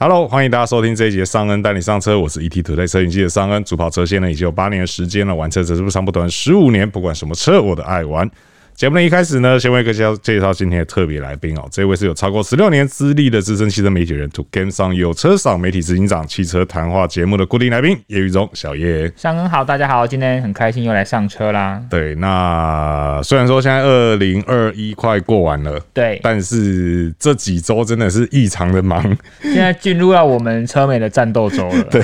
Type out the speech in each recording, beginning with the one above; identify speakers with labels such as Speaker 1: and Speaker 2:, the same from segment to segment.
Speaker 1: Hello，欢迎大家收听这一节尚恩带你上车，我是 ET 土 y 车云记的尚恩，主跑车线呢已经有八年的时间了，玩车则是不长不短十五年，不管什么车我都爱玩。节目的一开始呢，先为各位介绍介绍今天的特别来宾哦，这位是有超过十六年资历的资深汽车媒体人，To Game 上有车赏媒体执行长、汽车谈话节目的固定来宾叶玉忠小叶。
Speaker 2: 上恩好，大家好，今天很开心又来上 车啦。
Speaker 1: 对，那虽然说现在二零二一快过完了，
Speaker 2: 对，
Speaker 1: 但是这几周真的是异常的忙。
Speaker 2: 现在进入到我们车美的战斗周了。对，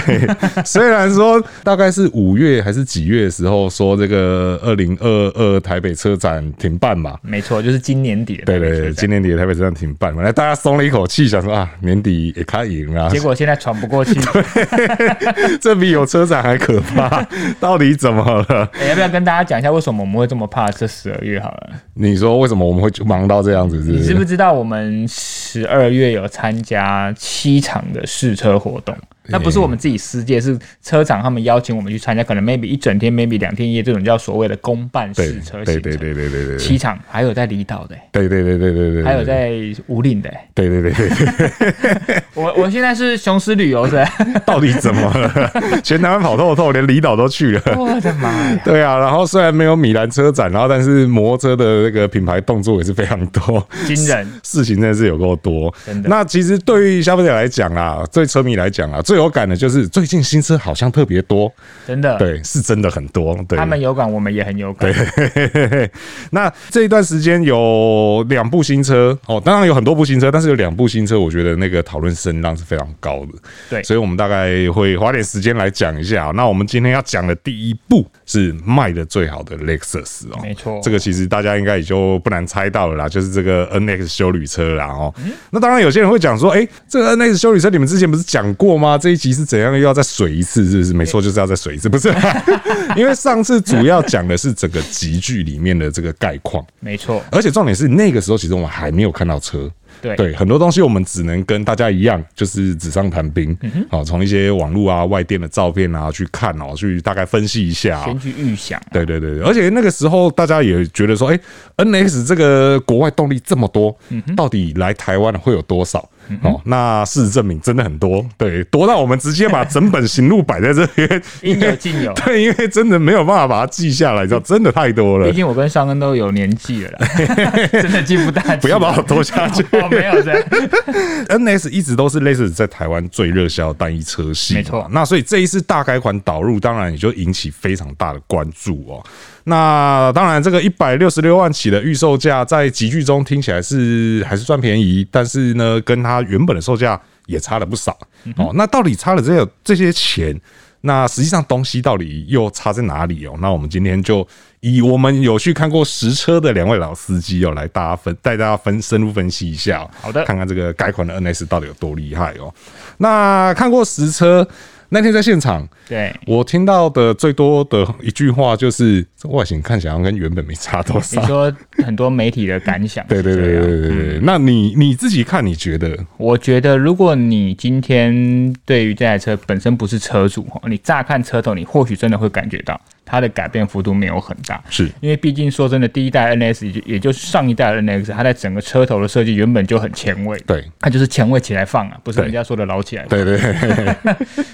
Speaker 1: 虽然说大概是五月还是几月的时候说这个二零二二台北车展停办嘛，
Speaker 2: 没错，就是今年底的。
Speaker 1: 对对对，今年底的台北车展停办嘛，那大家松了一口气，想说啊年底也开赢啊，
Speaker 2: 结果现在喘 不过气，
Speaker 1: 这比有车展还可怕，到底怎么了？
Speaker 2: 哎要不要跟大家讲一下为什么我们会这么怕这十二月好了？
Speaker 1: 你说为什么我们会忙到这样子？是不
Speaker 2: 你
Speaker 1: 是
Speaker 2: 知不知道我们十二月有参加七场的试车活动？
Speaker 1: 嗯
Speaker 2: 那不是我们自己私界，是车厂他们邀请我们去参加，可能 maybe 一整天，maybe 两天一夜这种叫所谓的公办
Speaker 1: 对
Speaker 2: 试车行程。
Speaker 1: 对对对对对对
Speaker 2: 七场，还有在离岛的、
Speaker 1: 对对对对对对对，
Speaker 2: 还有在五岭的、
Speaker 1: 对对对对对，
Speaker 2: 我我现在是雄狮旅游的，
Speaker 1: 到底怎么了？全台湾跑透透，连离岛都去了。
Speaker 2: 我的妈呀！
Speaker 1: 对啊，然后虽然没有米兰车展，然后但是摩托车的那个品牌动作也是非常多，，
Speaker 2: 惊人
Speaker 1: 事情真的是有够多。
Speaker 2: 真的
Speaker 1: 那其实对于消费者来讲啊，对车迷来讲啊，最有感的就是最近新车好像特别多，
Speaker 2: 真的。，
Speaker 1: 对，是真的很多。对，
Speaker 2: 嗯他们有感，我们也很有感。
Speaker 1: 那这一段时间有两部新车哦，当然有很多部新车，但是有两部新车，我觉得那个讨论声浪是非常高的。
Speaker 2: 对
Speaker 1: 所以我们大概会花点时间来讲一下。哦那我们今天要讲的第一部是卖的最好的 Lexus 哦，
Speaker 2: 没错
Speaker 1: 这个其实大家应该也就不难猜到了啦，就是这个 NX 修旅车啦哦。那当然有些人会讲说，哎、这个 NX 修旅车你们之前不是讲过吗？这一集是怎样又要再水一次，是不是？没错，就是要再水一次，不是啦？因为上次主要讲的是整个集聚里面的这个概况。
Speaker 2: 没错，
Speaker 1: 而且重点是那个时候，其实我们还没有看到车。
Speaker 2: 对
Speaker 1: 很多东西我们只能跟大家一样，就是纸上谈兵。好、从一些网络啊、外电的照片啊去看哦，去大概分析一下、哦
Speaker 2: 先去预想。
Speaker 1: 对对对，对而且那个时候大家也觉得说，哎、n x 这个国外动力这么多，到底来台湾会有多少？哦，那事实证明真的很多，对，多到我们直接把整本行路摆在这边，
Speaker 2: 应有尽有
Speaker 1: 对，因为真的没有办法把它记下来，你知道，真的太多了
Speaker 2: 毕。竟我跟尚恩都有年纪 了啦，真的记不大起。
Speaker 1: 不要把我拖下去。
Speaker 2: 哦，没有这样。
Speaker 1: NS 一直都是类似在台湾最热销的单一车系嘛，
Speaker 2: 没错
Speaker 1: 那所以这一次大改款导入，当然也就引起非常大的关注哦。那当然，这个一百六十六万起的预售价，在集聚中听起来是还是算便宜，但是呢，跟它原本的售价也差了不少、
Speaker 2: 嗯
Speaker 1: 哦。那到底差了这有这些钱？那实际上东西到底又差在哪里哦？那我们今天就以我们有去看过实车的两位老司机哦，来大家分带大家分深入分析一下哦、
Speaker 2: 好的
Speaker 1: 看看这个改款的 NS 到底有多厉害哦。那看过实车那天在现场，
Speaker 2: 对，
Speaker 1: 我听到的最多的一句话就是，这外形看起来好像跟原本没差多
Speaker 2: 你
Speaker 1: 少。
Speaker 2: 说很多媒体的感想。啊
Speaker 1: 对对对对对。对啊对，那你你自己看，你觉得
Speaker 2: 我觉得，如果你今天对于这台车本身不是车主，哦你乍看车头，你或许真的会感觉到它的改变幅度没有很大。
Speaker 1: 是
Speaker 2: 因为毕竟说真的，第一代 NS 也就也就是上一代的 NS，它在整个车头的设计原本就很前卫，
Speaker 1: 对
Speaker 2: 它就是前卫起来放啊，不是
Speaker 1: 对
Speaker 2: 人家说的老起来放。
Speaker 1: 对对对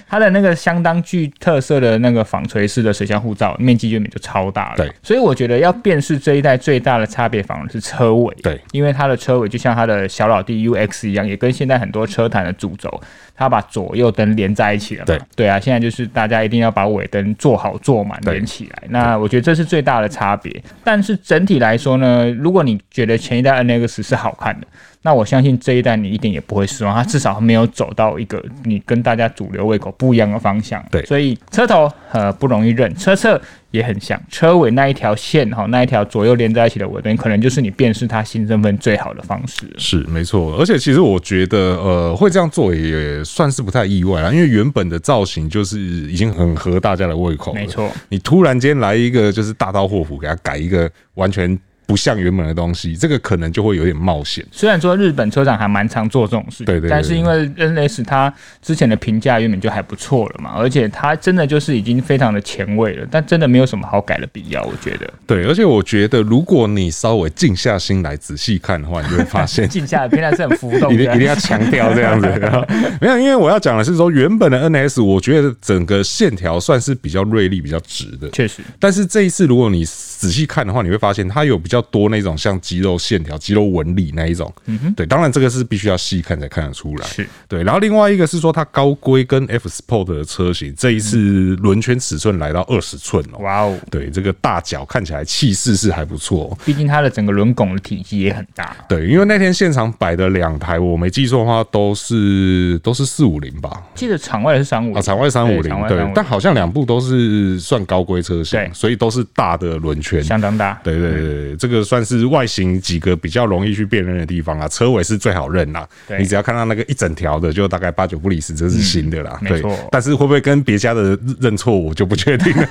Speaker 2: 它的那个相当具特色的那个纺锤式的水箱护罩，面积原本就超大了。
Speaker 1: 对，
Speaker 2: 所以我觉得要辨识这一代最大的差别，反而是车尾。
Speaker 1: 对，
Speaker 2: 因为它的车尾就像它的小老弟 UX 一样，也跟现在很多车坛的主轴，它把左右灯连在一起了嘛。
Speaker 1: 对，
Speaker 2: 对啊，现在就是大家一定要把尾灯做好做满
Speaker 1: 对
Speaker 2: 连起来。那我觉得这是最大的差别。但是整体来说呢，如果你觉得前一代 NX 是好看的，那我相信这一代你一定也不会失望，它至少没有走到一个你跟大家主流胃口不一样的方向。
Speaker 1: 对
Speaker 2: 所以车头呃不容易认，车侧也很像，车尾那一条线哈，那一条左右连在一起的尾灯，可能就是你辨识它新身份最好的方式了。
Speaker 1: 是没错，而且其实我觉得，呃，会这样做也算是不太意外啦，因为原本的造型就是已经很合大家的胃口了。
Speaker 2: 没错，
Speaker 1: 你突然间来一个就是大刀阔斧给他改一个完全。不像原本的东西，这个可能就会有点冒险。
Speaker 2: 虽然说日本车展还蛮常做这种事情，
Speaker 1: 对对对
Speaker 2: 但是因为 NS 它之前的评价原本就还不错了嘛，而且它真的就是已经非常的前卫了，但真的没有什么好改的必要，我觉 得。
Speaker 1: 对，而且我觉得如果你稍微静下心来仔细看的话，你就会发现
Speaker 2: 静下来，平常是很浮动
Speaker 1: 一定一定
Speaker 2: 的。
Speaker 1: 要强调这 样子。然后 没有，因为我要讲的是说，原本的 NS 我觉得整个线条算是比较锐利、比较直的。
Speaker 2: 确实，
Speaker 1: 但是这一次，如果你仔细看的话，你会发现它有比较多那种像肌肉线条、肌肉纹理那一种。对，当然这个是必须要细看才看得出来。
Speaker 2: 是
Speaker 1: 对，然后另外一个是说它高规跟 F Sport 的车型，这一次轮圈尺寸来到二十寸哦。
Speaker 2: 哇哦，
Speaker 1: 对，这个大脚看起来气势是还不错哦、
Speaker 2: 毕竟它的整个轮拱的体积也很大。
Speaker 1: 对，因为那天现场摆的两台，我没记错的话，都是都是四五零吧，
Speaker 2: 记得场外是三五
Speaker 1: 啊，场外三五
Speaker 2: 对
Speaker 1: 零
Speaker 2: 场，外
Speaker 1: 对
Speaker 2: 350，
Speaker 1: 但好像两部都是算高规车型
Speaker 2: 对，
Speaker 1: 所以都是大的轮圈。
Speaker 2: 相当大。
Speaker 1: 对对对对，这个算是外形几个比较容易去辨认的地方啦。啊车尾是最好认啦，
Speaker 2: 对
Speaker 1: 你只要看到那个一整条的，就大概八九不离十，这是新的啦。
Speaker 2: 嗯没
Speaker 1: 对
Speaker 2: 错，
Speaker 1: 但是会不会跟别家的认错，我就不确定 了，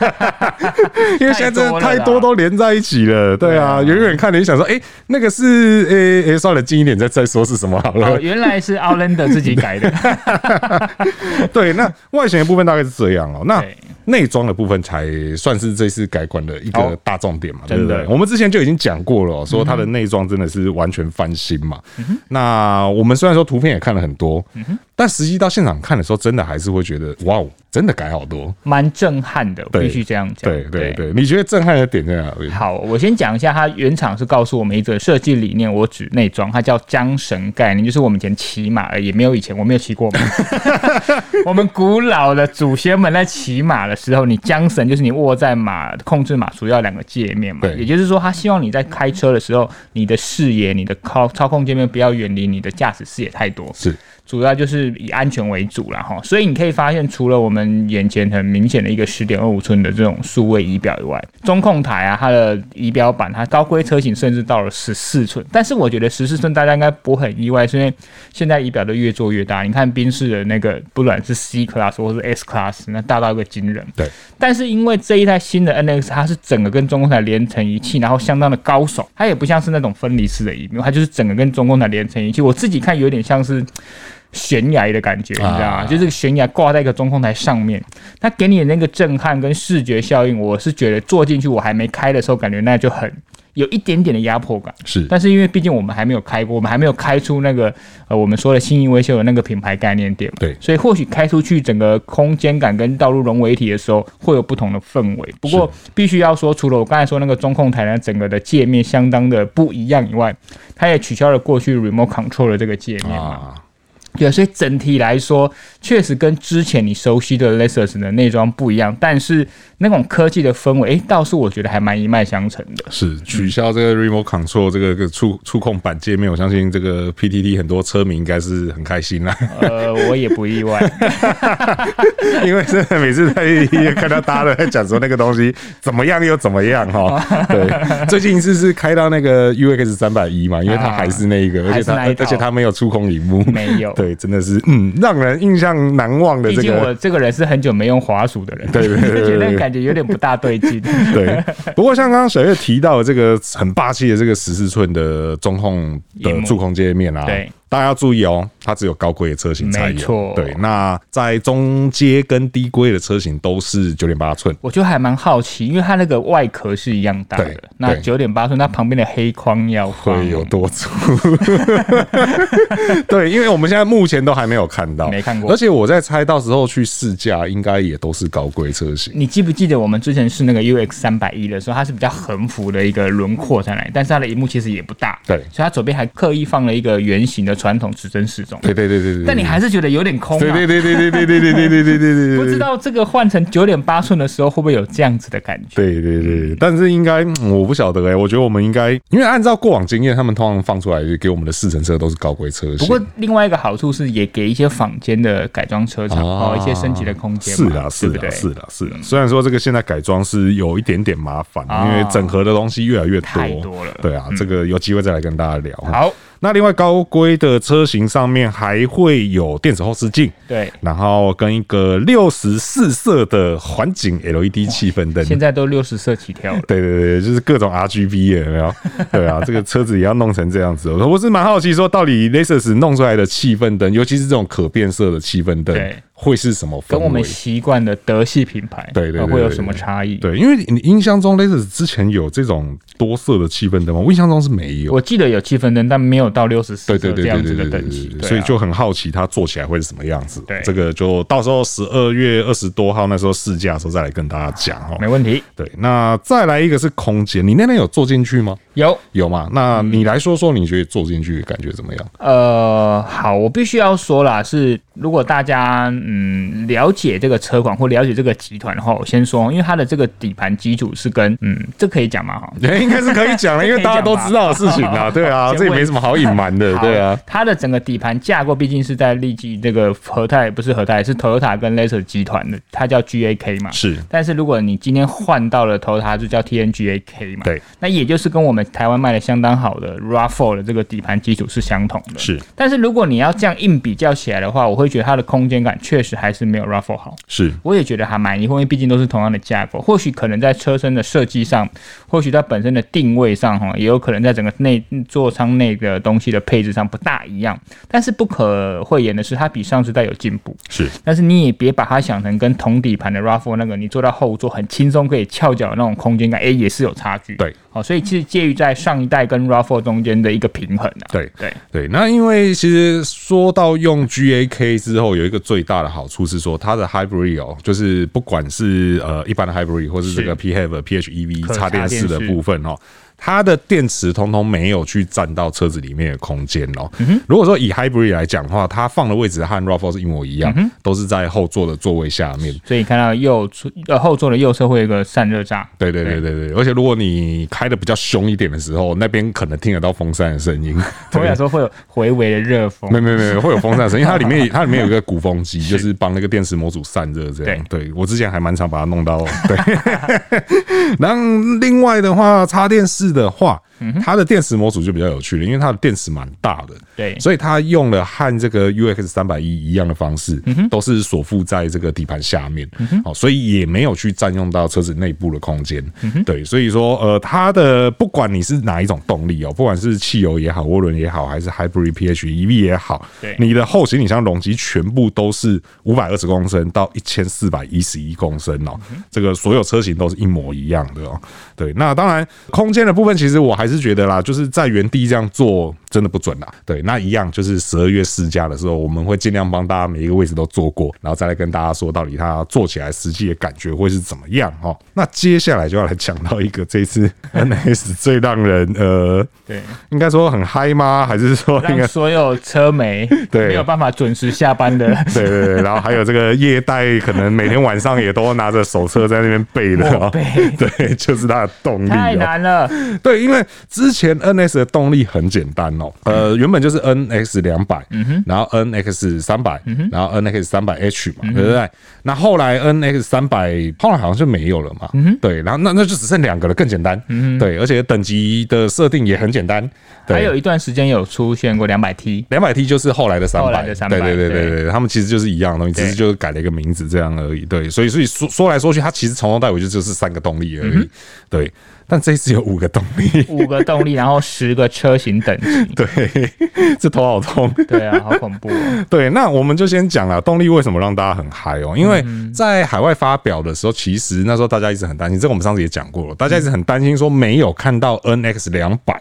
Speaker 1: 因为现在真的太
Speaker 2: 太
Speaker 1: 多
Speaker 2: 多了啦
Speaker 1: 都连在一起了。对啊，远远看你就想说，哎，那个是，哎哎，算了，近一点再再说是什么好了
Speaker 2: 哦，。原来是 Outlander 自己改 的。
Speaker 1: 对，那外形的部分大概是这样哦、那
Speaker 2: 对
Speaker 1: 内装的部分才算是这次改款的一个
Speaker 2: 哦
Speaker 1: 大重点嘛，对
Speaker 2: 真
Speaker 1: 不
Speaker 2: 的嗯
Speaker 1: 对？我们之前就已经讲过了哦、说它的内装真的是完全翻新嘛。那我们虽然说图片也看了很多，
Speaker 2: 嗯
Speaker 1: 但实际到现场看的时候，真的还是会觉得哇哦，真的改好多。
Speaker 2: 蛮震撼的，我
Speaker 1: 对
Speaker 2: 必须这样讲。
Speaker 1: 对对对，你觉得震撼的点在哪里？
Speaker 2: 好，我先讲一下，它原厂是告诉我们一个设计理念，我指内装，它叫缰绳概念，就是我们以前骑马而已，没有以前我没有骑过马。 我们古老的祖先们在骑马的时候，你缰绳就是你握在马控制马主要两个界面嘛
Speaker 1: 对，
Speaker 2: 也就是说，他希望你在开车的时候，你的视野、你的操操控界面不要远离你的驾驶视野太多，
Speaker 1: 是
Speaker 2: 主要就是以安全为主啦哈。所以你可以发现，除了我们眼前很明显的一个十点二五寸的这种数位仪表以外，中控台啊，它的仪表板，它高规车型甚至到了十四寸。但是我觉得十四寸大家应该不会很意外，是因为现在仪表都越做越大。你看宾士的那个，不管是 C Class 或是 S Class，那大到一个惊人。
Speaker 1: 对，
Speaker 2: 但是因为这一台新的 NX，它是整个跟中控台连成一气，然后相当的高手，它也不像是那种分离式的荧幕，它就是整个跟中控台连成一气。我自己看有点像是悬崖的感觉，你知道吗？
Speaker 1: 啊
Speaker 2: 就是悬崖挂在一个中控台上面，它给你的那个震撼跟视觉效应，我是觉得坐进去我还没开的时候，感觉那就很有一点点的压迫感。
Speaker 1: 是，
Speaker 2: 但是因为毕竟我们还没有开过，我们还没有开出那个呃我们说的新意维修的那个品牌概念店嘛，
Speaker 1: 对
Speaker 2: 所以或许开出去整个空间感跟道路融为一体的时候，会有不同的氛围。不过必须要说，除了我刚才说那个中控台呢，整个的界面相当的不一样以外，它也取消了过去 remote control 的这个界面嘛。
Speaker 1: 啊，
Speaker 2: 对，所以整体来说，确实跟之前你熟悉的 Lexus 的内装不一样，但是那种科技的氛围，诶，倒是我觉得还蛮一脉相承的。
Speaker 1: 是取消这个 remote control 这个这个触触控板界面，我相信这个 PTT 很多车迷应该是很开心啦。
Speaker 2: 呃，我也不意外。
Speaker 1: 因为真的每次在一看到大家都在讲说那个东西怎么样又怎么样哈。
Speaker 2: 哦
Speaker 1: 对，最近一次是开到那个 UX 三百一嘛，因为它还是那个，而且它
Speaker 2: 啊还是那一套
Speaker 1: 而且它没有触控荧幕，
Speaker 2: 没有
Speaker 1: 对，真的是嗯，让人印象难忘的
Speaker 2: 毕
Speaker 1: 这
Speaker 2: 竟我
Speaker 1: 个。
Speaker 2: 这个人是很久没用滑鼠的人，
Speaker 1: 对对对对对
Speaker 2: 就觉得感觉有点不大对劲。
Speaker 1: 对，不过像刚刚小月提到的这个很霸气的这个十四寸的中控的
Speaker 2: 荧幕
Speaker 1: 触控界面啊，
Speaker 2: 对，
Speaker 1: 大家要注意哦，它只有高规的车型才有，
Speaker 2: 没错
Speaker 1: 对，那在中阶跟低规的车型都是九点八寸，
Speaker 2: 我就还蛮好奇，因为它那个外壳是一样大的
Speaker 1: 对，
Speaker 2: 那
Speaker 1: 对
Speaker 2: 九点八寸，它旁边的黑框要放
Speaker 1: 会有多粗？ 对，因为我们现在目前都还没有看到，
Speaker 2: 没看过
Speaker 1: 而且我在猜，到时候去试驾应该也都是高规车型。
Speaker 2: 你记不记得我们之前是那个 UX 三百一的时候，它是比较横幅的一个轮廓上来，但是它的荧幕其实也不大，
Speaker 1: 对
Speaker 2: 所以它左边还刻意放了一个圆形的传统指针示钟，
Speaker 1: 对对对对对。
Speaker 2: 但你还是觉得有点空
Speaker 1: 对对
Speaker 2: 啊。
Speaker 1: 对对对对对对对对对对对，
Speaker 2: 不知。道这个换成九点八寸的时候会不会有这样子的感觉？
Speaker 1: 对对对，但是应该嗯我不晓得哎、我觉得我们应该，因为按照过往经验，他们通常放出来给我们的试乘车都是高规车型。
Speaker 2: 不过另外一个好处是，也给一些坊间的改装车厂哦一些升级的空间
Speaker 1: 是
Speaker 2: 嘛，
Speaker 1: 啦，啊是
Speaker 2: 对不
Speaker 1: 啦，
Speaker 2: 对嗯
Speaker 1: 是啦，是啦。虽然说这个现在改装是有一点点麻烦，
Speaker 2: 啊
Speaker 1: 因为整合的东西越来越多，
Speaker 2: 太多了嗯
Speaker 1: 对啊，这个有机会再来跟大家聊。
Speaker 2: 好，
Speaker 1: 那另外高规的车型上面还会有电子后视镜，
Speaker 2: 对，
Speaker 1: 然后跟一个六十四色的环景 LED 气氛灯。
Speaker 2: 现在都六十色起跳了。
Speaker 1: 对对对，就是各种 RGB 有没有？对啊，这个车子也要弄成这样子。我是蛮好奇，说到底 Lexus 弄出来的气氛灯，尤其是这种可变色的气氛灯
Speaker 2: 对，
Speaker 1: 会是什么氛
Speaker 2: 跟我们
Speaker 1: 围？
Speaker 2: 习惯的德系品牌，
Speaker 1: 对对对
Speaker 2: 呃
Speaker 1: 对
Speaker 2: 会有什么差异？
Speaker 1: 对，因为你印象中 Lexus 之前有这种多色的气氛灯吗？我印象中是没有。
Speaker 2: 我记得有气氛灯，但没有到六十四
Speaker 1: 对对
Speaker 2: 这
Speaker 1: 对
Speaker 2: 样
Speaker 1: 对
Speaker 2: 子
Speaker 1: 对对
Speaker 2: 的
Speaker 1: 对
Speaker 2: 等级，
Speaker 1: 对
Speaker 2: 对啊
Speaker 1: 所以就很好奇它做起来会是什么样子。
Speaker 2: 对啊
Speaker 1: 这个就到时候十二月二十多号那时候试驾的时候再来跟大家讲哦
Speaker 2: 没。问题。
Speaker 1: 对，那再来一个是空间，你那边有坐进去吗？
Speaker 2: 有
Speaker 1: 有嘛？那
Speaker 2: 嗯
Speaker 1: 你来说说，你觉得坐进去感觉怎么样？
Speaker 2: 呃，好，我必须要说啦，是如果大家嗯了解这个车款或了解这个集团的话，我先说，因为它的这个底盘基础是跟嗯，这可以讲嘛哈。
Speaker 1: 哎应该是可以 讲了，因为大家都知道的事情啊，对啊，
Speaker 2: 先问
Speaker 1: 这也没什么好隐瞒的，
Speaker 2: 好
Speaker 1: 对啊，，
Speaker 2: 它的整个底盘架构毕竟是在立基这个和泰不是和泰是 Toyota 跟 Laser 集团的，它叫 GAK 嘛。
Speaker 1: 是
Speaker 2: 但是如果你今天换到了 Toyota，就叫 TNGAK 嘛。
Speaker 1: 对，
Speaker 2: 那也就是跟我们台湾卖的相当好的 RAV4 的这个底盘基础是相同的。
Speaker 1: 是
Speaker 2: 但是如果你要这样硬比较起来的话，我会觉得它的空间感确实还是没有 Raffle 好。
Speaker 1: 是，
Speaker 2: 我也觉得还蛮疑惑，因为毕竟都是同样的架构，或许可能在车身的设计上，或许它本身的定位上，哈，也有可能在整个内座舱内的东西的配置上不大一样。但是不可讳言的是，它比上世代有进步。
Speaker 1: 是
Speaker 2: 但是你也别把它想成跟同底盘的 RAV4 那个你坐到后座很轻松可以翘脚的那种空间感，诶，也是有差距。
Speaker 1: 对，
Speaker 2: 好、所以其实介于在上一代跟 RAV4 中间的一个平衡啊。
Speaker 1: 对
Speaker 2: 对
Speaker 1: 对。那因为其实说到用 GAK 之后，有一个最大的好处是说，它的 Hybrid 哦，就是不管是呃一般的 Hybrid 或是这个 PHEV、PHEV
Speaker 2: 可
Speaker 1: E 插电式的
Speaker 2: 插电式
Speaker 1: 部分哦。它的电池通通没有去占到车子里面的空间哦。
Speaker 2: 嗯
Speaker 1: 如果说以 Hybrid 来讲的话，它放的位置和 RAV4 是一模一样，
Speaker 2: 嗯
Speaker 1: 都是在后座的座位下面。
Speaker 2: 所以你看到右侧呃后座的右侧会有一个散热栅，
Speaker 1: 对对对对对，而且如果你开的比较凶一点的时候，那边可能听得到风扇的声音。
Speaker 2: 我想说会有回微的热风
Speaker 1: 没。没没，会有风扇的声音，因为它里 面它里面有一个鼓风机，就是帮那个电池模组散热这样。对我之前还蛮常把它弄 到对。然后另外的话，插电式的话，它的电池模组就比较有趣了，因为它的电池蛮大的，
Speaker 2: 对
Speaker 1: 所以它用了和这个 UX 三百一一样的方式，
Speaker 2: 嗯
Speaker 1: 都是锁附在这个底盘下面，好，所以也没有去占用到车子内部的空间，
Speaker 2: 嗯
Speaker 1: 对，所以说呃，它的不管你是哪一种动力哦，不管是汽油也好，涡轮也好，还是 Hybrid PHEV 也好，
Speaker 2: 对
Speaker 1: 你的后行李箱容积全部都是五百二十公升到一千四百一十一公升哦，
Speaker 2: 嗯
Speaker 1: 这个所有车型都是一模一样的哦。对，那当然空间的部分，其实我还是觉得啦，就是在原地这样做真的不准啦。对，那一样就是十二月试驾的时候，我们会尽量帮大家每一个位置都坐过，然后再来跟大家说到底它做起来实际的感觉会是怎么样哦。那接下来就要来讲到一个这一 次 NS 最让人呃，
Speaker 2: 对，
Speaker 1: 应该说很嗨吗？还是说应该
Speaker 2: 让所有车媒
Speaker 1: 对
Speaker 2: 没有办法准时下班的
Speaker 1: 对 对对，然后还有这个业代，可能每天晚上也都拿着手册在那边背的啊、
Speaker 2: 默背
Speaker 1: 对，就是它的动力、哦。
Speaker 2: 太难了。
Speaker 1: 对，因为之前 NS 的动力很简单哦，呃，
Speaker 2: 嗯
Speaker 1: 原本就是 NX 两百，然后 NX 三百，
Speaker 2: 嗯
Speaker 1: 然后 NX 三百 H 嘛，对不对？那后来 NX 三百后来好像就没有了嘛，
Speaker 2: 嗯
Speaker 1: 对，然后那那就只剩两个了，更简单，对，而且等级的设定也很简单，对
Speaker 2: 还有一段时间有出现过两百 T，
Speaker 1: 两百 T 就是后来的三
Speaker 2: 后
Speaker 1: 百，
Speaker 2: 来的300
Speaker 1: 对对对对对，他们其实就是一样的东西，只
Speaker 2: 对
Speaker 1: 是就是改了一个名字这样而已。对，所以所以说说来说去，它其实从头到尾就就是三个动力而已。
Speaker 2: 嗯
Speaker 1: 对，但这一次有五个动力，
Speaker 2: 五个动力，然后十个车型等级。
Speaker 1: 对，这头好痛。
Speaker 2: 对啊，好恐怖、哦。
Speaker 1: 对，那我们就先讲了动力为什么让大家很嗨哦，因为在海外发表的时候，其实那时候大家一直很担心，这个我们上次也讲过了，大家一直很担心说没有看到 NX 两百，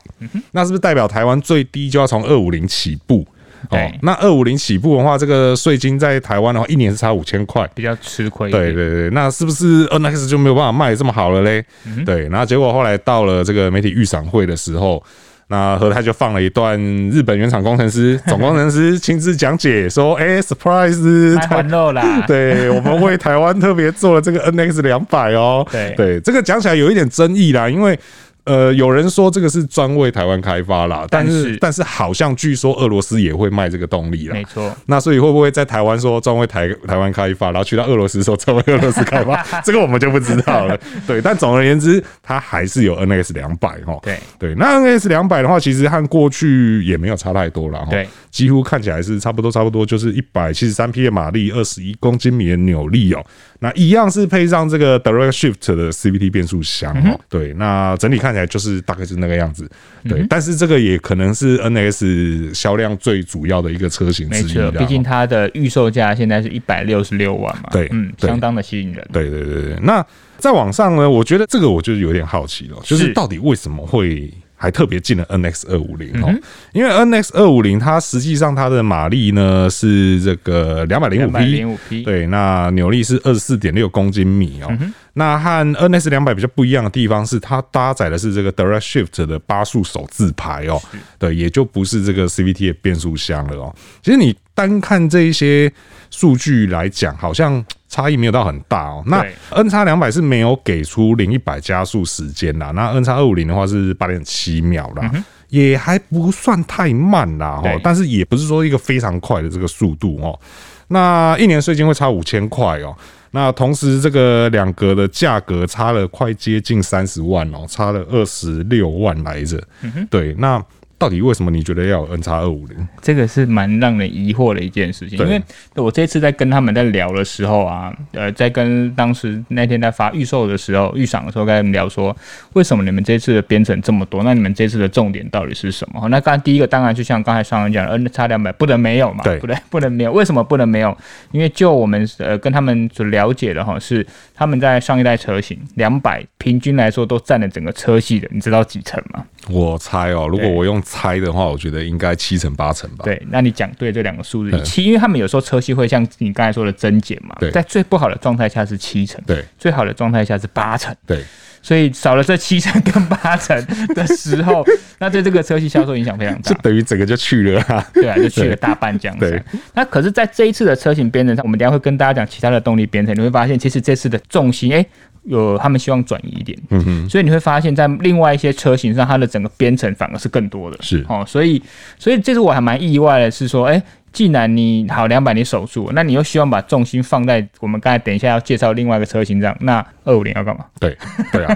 Speaker 1: 那是不是代表台湾最低就要从二五零起步？哦
Speaker 2: 对，
Speaker 1: 那二五零起步的话，这个税金在台湾的话，一年是差五千块。
Speaker 2: 比较吃亏一点。
Speaker 1: 对对对，那是不是 NX 就没有办法卖得这么好了嘞？对，然后结果后来到了这个媒体预赏会的时候，那和泰就放了一段日本原厂工程师总工程师亲自讲解，说：“哎、s u r p r i s
Speaker 2: 太
Speaker 1: e
Speaker 2: 欢乐啦。
Speaker 1: 对我们为台湾特别做了这个 NX 两百哦。
Speaker 2: 对
Speaker 1: 对，这个讲起来有一点争议啦，因为。呃，有人说这个是专为台湾开发啦，但
Speaker 2: 但
Speaker 1: 是
Speaker 2: 是
Speaker 1: 但是好像据说俄罗斯也会卖这个动力啦
Speaker 2: 没。错，
Speaker 1: 那所以会不会在台湾说专为台台湾开发，然后去到俄罗斯说专为俄罗斯开 发，这个我们就不知道了。对，但总而言之，它还是有 NS 两百哦。
Speaker 2: 对
Speaker 1: 对，那 NS 两百的话，其实和过去也没有差太多了哈。
Speaker 2: 对，
Speaker 1: 几乎看起来是差不多，差不多就是一百七十三匹的马力，二十一公斤米的扭力哦。那一样是配上这个 Direct Shift 的 CVT 变速箱
Speaker 2: 嗯
Speaker 1: 哦。对，那整体看起来就是大概是那个样子。
Speaker 2: 嗯
Speaker 1: 对，但是这个也可能是 NS 销量最主要的一个车型
Speaker 2: 没
Speaker 1: 之一啦哦。
Speaker 2: 错，毕竟它的预售价现在是一百六十六万嘛，
Speaker 1: 对
Speaker 2: 嗯，
Speaker 1: 对
Speaker 2: 相当的吸引人。
Speaker 1: 对对对对，那再往上呢？我觉得这个我就是有点好奇了，就是
Speaker 2: 是
Speaker 1: 到底为什么会还特别进了 NX 二五零
Speaker 2: 嗯
Speaker 1: 哦？因为 NX 二五零它实际上它的马力呢是这个两百零五
Speaker 2: 两百
Speaker 1: 匹，
Speaker 2: 零五匹，
Speaker 1: 对，那扭力是二十四点六公斤米哦。那和 NS 两百比较不一样的地方是，它搭载的是这个 Direct Shift 的八速手自排哦，对，也就不是这个 CVT 的变速箱了哦。其实你单看这一些数据来讲，好像差异没有到很大哦。那
Speaker 2: 对
Speaker 1: N 叉两百是没有给出零一百加速时间啦，那 N 叉二五零的话是八点七秒啦。也还不算太慢啦，哦
Speaker 2: 对，
Speaker 1: 但是也不是说一个非常快的这个速度哦。那一年税金会差五千块哦。那同时，这个两格的价格差了快接近三十万哦，差了二十六万来着。
Speaker 2: 嗯
Speaker 1: 对，那到底为什么你觉得要有 N 叉二五零？
Speaker 2: 这个是蛮让人疑惑的一件事情，
Speaker 1: 对
Speaker 2: 因为我这次在跟他们在聊的时候啊，呃，在跟当时那天在发预售的时候、预赏的时候，跟他们聊说，为什么你们这次的编程这么多？那你们这次的重点到底是什么？那刚第一个当然就像刚才上人讲的，N 叉两百不能没有嘛，
Speaker 1: 对
Speaker 2: 不对，不能没有。为什么不能没有？因为就我们呃跟他们所了解的哈，是他们在上一代车型两百平均来说都占了整个车系的，你知道几成吗？
Speaker 1: 我猜哦，如果我用猜的话，我觉得应该七成八成吧。
Speaker 2: 对，那你讲对这两个数字，以七，因为他们有时候车系会像你刚才说的增减嘛
Speaker 1: 嗯对，
Speaker 2: 在最不好的状态下是七成，
Speaker 1: 对
Speaker 2: 最好的状态下是八成，
Speaker 1: 对
Speaker 2: 所以少了这七成跟八成的时 候，那对这个车系销售影响非常
Speaker 1: 这
Speaker 2: 大。
Speaker 1: 等于整个就去了啊。
Speaker 2: 对啊，就去了大半江
Speaker 1: 对
Speaker 2: 山。那可是，在这一次的车型编程上，我们等一下会跟大家讲其他的动力编程，你会发现，其实这次的重心，哎、有他们希望转移一点，
Speaker 1: 嗯哼，
Speaker 2: 所以你会发现在另外一些车型上，它的整个编程反而是更多的。
Speaker 1: 是
Speaker 2: 哦，所以所以这次我还蛮意外的是说，哎、既然你好两百你守住，那你又希望把重心放在我们刚才等一下要介绍另外一个车型上，那二五零要干嘛？
Speaker 1: 对对啊，